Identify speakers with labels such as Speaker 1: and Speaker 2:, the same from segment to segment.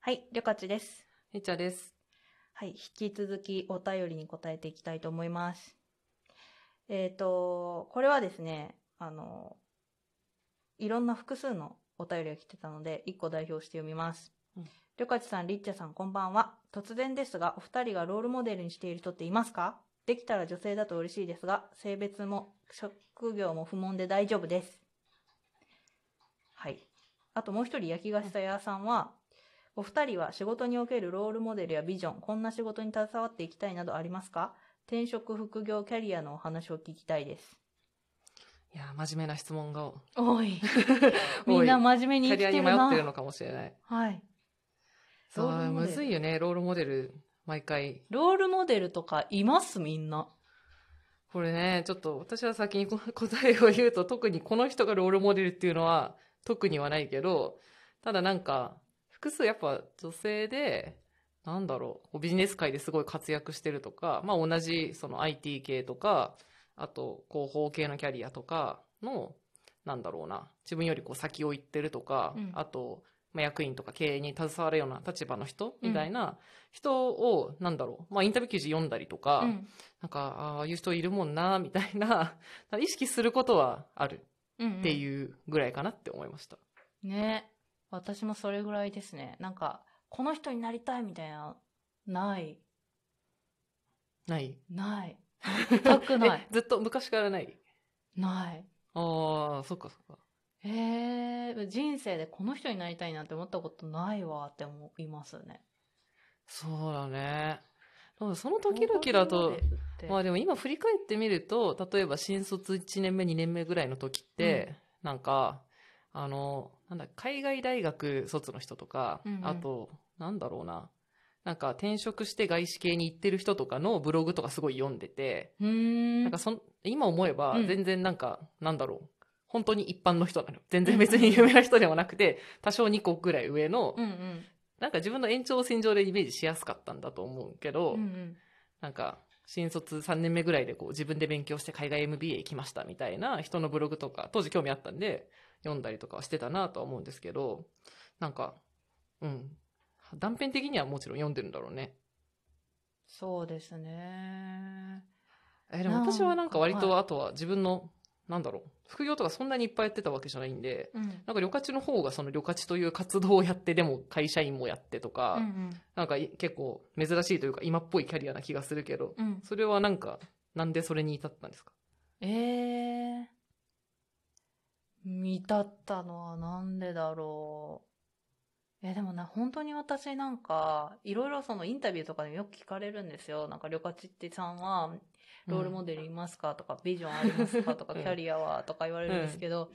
Speaker 1: はい、りょかちです。
Speaker 2: みっちゃです。
Speaker 1: はい、引き続きお便りに答えていきたいと思います。えっ、ー、と、これはですね、あの、いろんな複数のお便りが来てたので、1個代表して読みます。りょかちさん、りっちゃさん、こんばんは。突然ですが、お二人がロールモデルにしている人っていますかできたら女性だと嬉しいですが、性別も職業も不問で大丈夫です。はい。あともう一人、焼き菓子さやさんは、お二人は仕事におけるロールモデルやビジョン、こんな仕事に携わっていきたいなどありますか転職、副業、キャリアのお話を聞きたいです。
Speaker 2: いや、真面目な質問が
Speaker 1: 多 い。みんな真面目に生きてるな。キャ
Speaker 2: リアに迷ってるのかもしれない。
Speaker 1: はい。
Speaker 2: そう、むずいよね、ロールモデル、毎回。
Speaker 1: ロールモデルとかいますみんな。
Speaker 2: これね、ちょっと私は先に答えを言うと、特にこの人がロールモデルっていうのは、特にはないけど、ただなんか、複数やっぱ女性で、なんだろう、ビジネス界ですごい活躍してるとか、まあ同じその IT 系とか、あと広報系のキャリアとかの、なんだろうな、自分よりこう先を行ってるとか、うん、あと、まあ、役員とか経営に携わるような立場の人みたいな人を、なんだろう、まあ、インタビュー記事読んだりとか、うん、なんか、ああいう人いるもんな、みたいな、 意識することはあるっていうぐらいかなって思いました。
Speaker 1: うんうん、ね。私もそれぐらいですね。なんか、この人になりたいみたいな、ない。
Speaker 2: ない
Speaker 1: ない。 全く ない
Speaker 2: ずっと昔からない
Speaker 1: ない。
Speaker 2: ああ、そっかそっか。
Speaker 1: えー、人生でこの人になりたいなって思ったことないわって思いますね。
Speaker 2: そうだね。その時々だと、まあでも今振り返ってみると、例えば新卒1年目、2年目ぐらいの時って、うん、なんか、あの、なんだ、海外大学卒の人とか、うんうん、あと、なんだろうな、なんか転職して外資系に行ってる人とかのブログとかすごい読んでて、
Speaker 1: ん
Speaker 2: なんかそ今思えば全然なんか、うん、なんだろう、本当に一般の人なの。全然別に有名な人ではなくて、多少2個ぐらい上の、
Speaker 1: うんうん、
Speaker 2: なんか自分の延長線上でイメージしやすかったんだと思うけど、
Speaker 1: うんうん、
Speaker 2: なんか、新卒3年目ぐらいでこう自分で勉強して海外 MBA 行きましたみたいな人のブログとか、当時興味あったんで、読んだりとかはしてたなとは思うんですけど、なんか、うん。断片的にはもちろん読んでるんだろうね。
Speaker 1: そうですね。
Speaker 2: え、でも私はなんか割と、あとは自分の、なんだろう。副業とかそんなにいっぱいやってたわけじゃないんで、
Speaker 1: うん、
Speaker 2: なんか旅客地の方がその旅客地という活動をやって、でも会社員もやってとか、
Speaker 1: うんうん、
Speaker 2: なんか結構珍しいというか今っぽいキャリアな気がするけど、
Speaker 1: うん、
Speaker 2: それはなんか、なんでそれに至ったんですか
Speaker 1: ええー。至ったのはなんでだろう。え、でもな、本当に私なんか、いろいろそのインタビューとかでよく聞かれるんですよ。なんか旅客地ってさんは、ロールモデルいますかとか、ビジョンありますかと か、キャリアはとか言われるんですけど、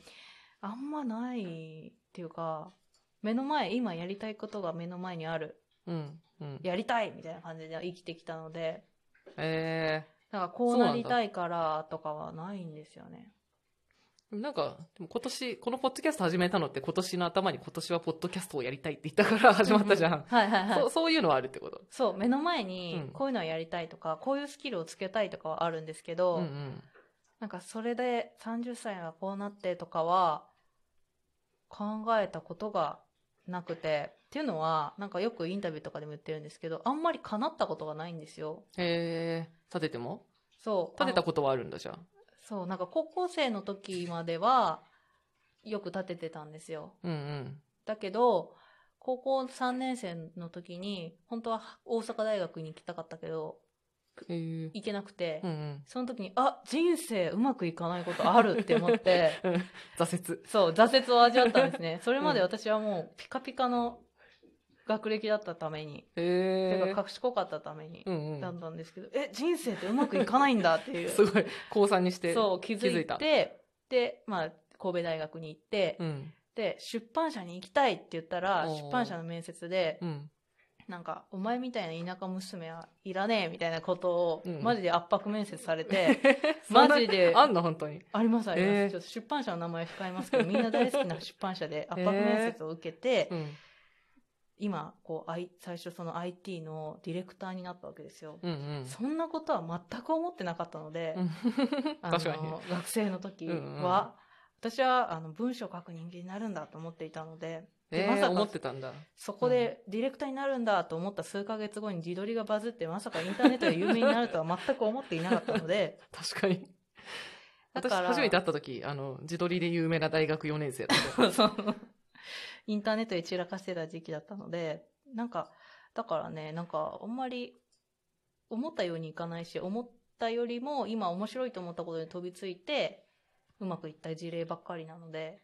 Speaker 1: あんまないっていうか、目の前、今やりたいことが目の前にある。
Speaker 2: うんうん、
Speaker 1: やりたいみたいな感じで生きてきたので、
Speaker 2: え
Speaker 1: ー、だからこうなりたいからとかはないんですよね。
Speaker 2: なんか、でも今年、このポッドキャスト始めたのって今年の頭に今年はポッドキャストをやりたいって言ったから始まったじゃん。
Speaker 1: はいはいはい
Speaker 2: そう。そういうのはあるってこと
Speaker 1: そう、目の前にこういうのをやりたいとか、うん、こういうスキルをつけたいとかはあるんですけど、
Speaker 2: うんうん、
Speaker 1: なんかそれで30歳がこうなってとかは考えたことがなくて、っていうのは、なんかよくインタビューとかでも言ってるんですけど、あんまり叶ったことがないんですよ。
Speaker 2: へえ、立てても。
Speaker 1: そう
Speaker 2: 立てたことはあるんだじゃん。
Speaker 1: そう、なんか高校生の時までは、よく立ててたんですよ。
Speaker 2: うんうん、
Speaker 1: だけど、高校3年生の時に、本当は大阪大学に行きたかったけど、
Speaker 2: 行
Speaker 1: けなくて、
Speaker 2: うんうん、
Speaker 1: その時に、あ、人生うまくいかないことあるって思って、
Speaker 2: 挫折。
Speaker 1: そう、挫折を味わったんですね。それまで私はもう、ピカピカの学歴だったために、
Speaker 2: え
Speaker 1: ー、てか賢かったために、
Speaker 2: うんうん、
Speaker 1: だったんですけど、え人生ってうまくいかないんだって いう
Speaker 2: すごい高3にして
Speaker 1: そう気づいてで、まあ、神戸大学に行って、
Speaker 2: うん、
Speaker 1: で出版社に行きたいって言ったら出版社の面接で、
Speaker 2: うん、
Speaker 1: なんかお前みたいな田舎娘はいらねえみたいなことを、うん、マジで圧迫面接され て マジで
Speaker 2: あんの本当に
Speaker 1: ありますあります、えー、ちょっと出版社の名前控えますけどみんな大好きな出版社で圧迫面接を受けて、
Speaker 2: えーうん
Speaker 1: 今こう、I、最初その IT のディレクターになったわけですよ、
Speaker 2: うんうん、
Speaker 1: そんなことは全く思ってなかったので
Speaker 2: 確かに
Speaker 1: 学生の時は、うんうん、私はあの文章を書く人間になるんだと思っていたのでで
Speaker 2: え
Speaker 1: まさ
Speaker 2: ー、
Speaker 1: か
Speaker 2: 思ってたんだ。
Speaker 1: そこでディレクターになるんだと思った数ヶ月後に自撮りがバズってまさかインターネットで有名になるとは全く思っていなかったの で
Speaker 2: 確かに。
Speaker 1: だ
Speaker 2: 私、
Speaker 1: から
Speaker 2: 初めて会った時、あの、自撮りで有名な大学4年生 だった。
Speaker 1: インターネットで散らかしてた時期だったのでなんかだからねなんかあんまり思ったようにいかないし思ったよりも今面白いと思ったことに飛びついてうまくいった事例ばっかりなので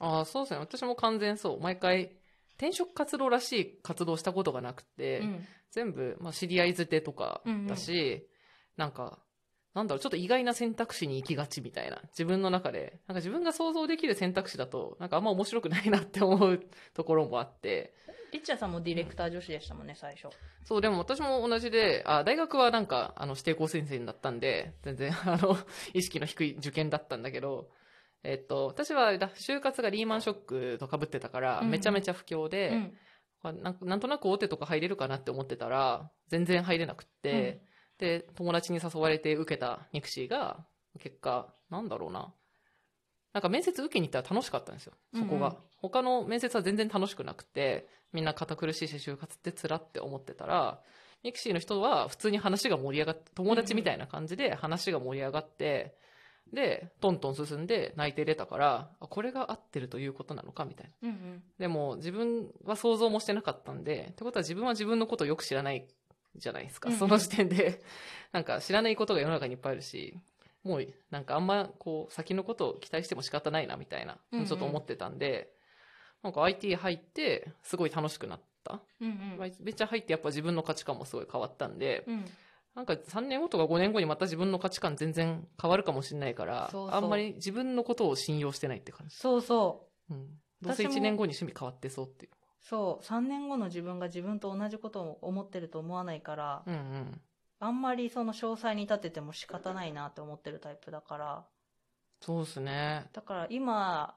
Speaker 2: ああ、そうですね。私も完全そう。毎回、転職活動らしい活動したことがなくて、
Speaker 1: うん
Speaker 2: 全部、まあ、知り合い捨てとかだし、なんか、なんだろう、ちょっと意外な選択肢に行きがちみたいな。自分の中で、なんか自分が想像できる選択肢だと、なんかあんま面白くないなって思うところもあって、
Speaker 1: リッチャーさんもディレクター女子でしたもんね最初
Speaker 2: そう、でも私も同じで、あ大学はなんか、あの、指定校先生になったんで、全然、あの、 意識の低い受験だったんだけど、えっと、私はあれだ、就活がリーマンショックと被ってたから、
Speaker 1: うん
Speaker 2: めちゃめちゃ不況で、
Speaker 1: うん
Speaker 2: あなんかなんとなく大手とか入れるかなって思ってたら、全然入れなくって、で、友達に誘われて受けたミクシーが、結果、なんだろうな。なんか面接受けに行ったら楽しかったんですよ、そこが。
Speaker 1: うんうん
Speaker 2: 他の面接は全然楽しくなくて、みんな堅苦しいし、就活って辛って思ってたら、ミクシーの人は普通に話が盛り上がって、友達みたいな感じで話が盛り上がって、で、トントン進んで内定出たから、あこれが合ってるということなのかみたいな。
Speaker 1: うんうん
Speaker 2: でも自分は想像もしてなかったんで、ってことは自分は自分のことをよく知らないじゃないですか。
Speaker 1: うんうん
Speaker 2: その時点で、 なんか知らないことが世の中にいっぱいあるし、もうなんかあんまこう先のことを期待しても仕方ないなみたいな、
Speaker 1: うんうん
Speaker 2: ちょっと思ってたんで、なんか IT 入ってすごい楽しくなった。
Speaker 1: うん
Speaker 2: まあめっちゃ入ってやっぱ自分の価値観もすごい変わったんで、
Speaker 1: うん
Speaker 2: なんか3年後とか5年後にまた自分の価値観全然変わるかもしれないから、
Speaker 1: そうそう
Speaker 2: あんまり自分のことを信用してないって感じ。
Speaker 1: そうそう
Speaker 2: うん。どうせ
Speaker 1: 私も
Speaker 2: 1年後に趣味変わってそうっていう。
Speaker 1: そう3年後の自分が自分と同じことを思ってると思わないから、
Speaker 2: うんうん。
Speaker 1: あんまりその詳細に立てても仕方ないなって思ってるタイプだから
Speaker 2: そうですね。
Speaker 1: だから今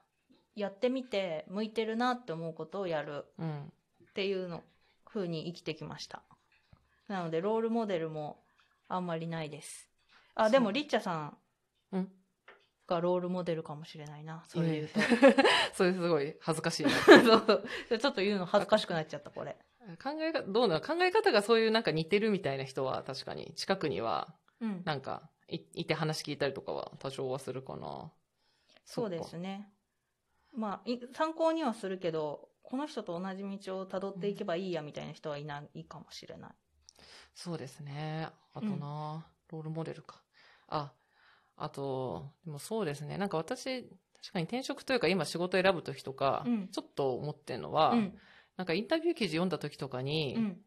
Speaker 1: やってみて向いてるなって思うことをやる
Speaker 2: うん。
Speaker 1: っていうの風に生きてきましたなのでロールモデルもあんまりないですあで
Speaker 2: そ
Speaker 1: も
Speaker 2: う
Speaker 1: リッチャさ
Speaker 2: うんん
Speaker 1: がロールモデルかもしれないなそれ言うと、
Speaker 2: それすごい恥ずかしいな。
Speaker 1: そうちょっと言うの恥ずかしくなっちゃったこれ
Speaker 2: 考えが、どうなの考え方がそういうなんか似てるみたいな人は確かに近くには、
Speaker 1: うん
Speaker 2: なんかい、いて話聞いたりとかは多少はするかな。
Speaker 1: そうで
Speaker 2: そっ
Speaker 1: すね。まあ、い参考にはするけど、この人と同じ道をたどっていけばいいやみたいな人はいないかもしれない。
Speaker 2: そうですね。あとな、ロールモデルか。あ、あと、でもそうですね。なんか私、確かに転職というか今仕事選ぶ時とか、
Speaker 1: うん
Speaker 2: ちょっと思ってるのは、
Speaker 1: うん、
Speaker 2: なんかインタビュー記事読んだ時とかに、
Speaker 1: うん、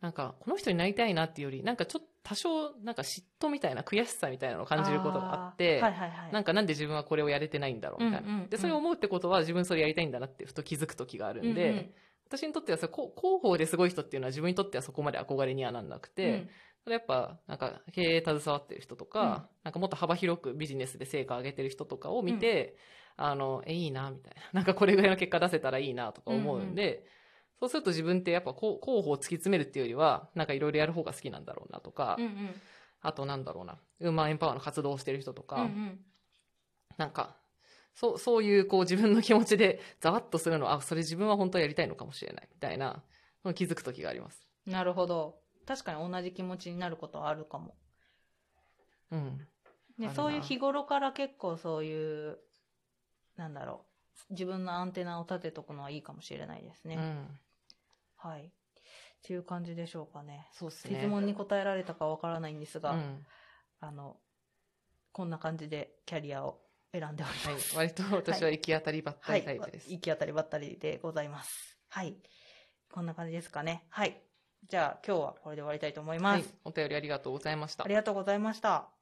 Speaker 2: なんか、この人になりたいなっていうより、なんかちょっと多少、なんか嫉妬みたいな悔しさみたいなのを感じることがあって、
Speaker 1: ーはいはいはい。
Speaker 2: なん
Speaker 1: か、
Speaker 2: かなんで自分はこれをやれてないんだろうみたいな。
Speaker 1: うんうんうん
Speaker 2: で、それを思うってことは自分それやりたいんだなってふと気づく時があるんで、私にとってはそれこ広報ですごい人っていうのは自分にとってはそこまで憧れにはなんなくて、それやっぱ、なんか経営携わってる人とか、なんかもっと幅広くビジネスで成果上げてる人とかを見て、あの、え、いいな、み たいな。なんかこれぐらいの結果出せたらいいな、とか思うんで、そうすると自分ってやっぱこう候補を突き詰めるっていうよりは、なんかいろいろやる方が好きなんだろうなとか、
Speaker 1: うん、うん、うん、
Speaker 2: あとなんだろうな、ウーマンエンパワーの活動をしてる人とか、
Speaker 1: うんうん
Speaker 2: なんか、そう、そういうこう自分の気持ちで ざわっとするの、あ、それ自分は本当はやりたいのかもしれない、みたいな、のに気づく時があります。
Speaker 1: なるほど。確かに同じ気持ちになることはあるかも。
Speaker 2: う
Speaker 1: ね
Speaker 2: ん。あ、るな
Speaker 1: そういう日頃から結構そういう、なんだろう。自分のアンテナを立てとくのはいいかもしれないですね。
Speaker 2: うん。
Speaker 1: はい。っていう感じでしょうかね。
Speaker 2: そうですね。
Speaker 1: 質問に答えられたかわからないんですが、
Speaker 2: うん。
Speaker 1: あの、こんな感じでキャリアを選んでおり
Speaker 2: は
Speaker 1: ま
Speaker 2: い
Speaker 1: す。、
Speaker 2: 割と私は行き当たりばった
Speaker 1: は
Speaker 2: り
Speaker 1: い。
Speaker 2: タイプです。
Speaker 1: 行き当たりばったりでございます。はい。こんな感じですかね。はい。じゃあ今日はこれで終わりたいと思います。
Speaker 2: はいお便りありがとうございました
Speaker 1: あ。りがとうございました。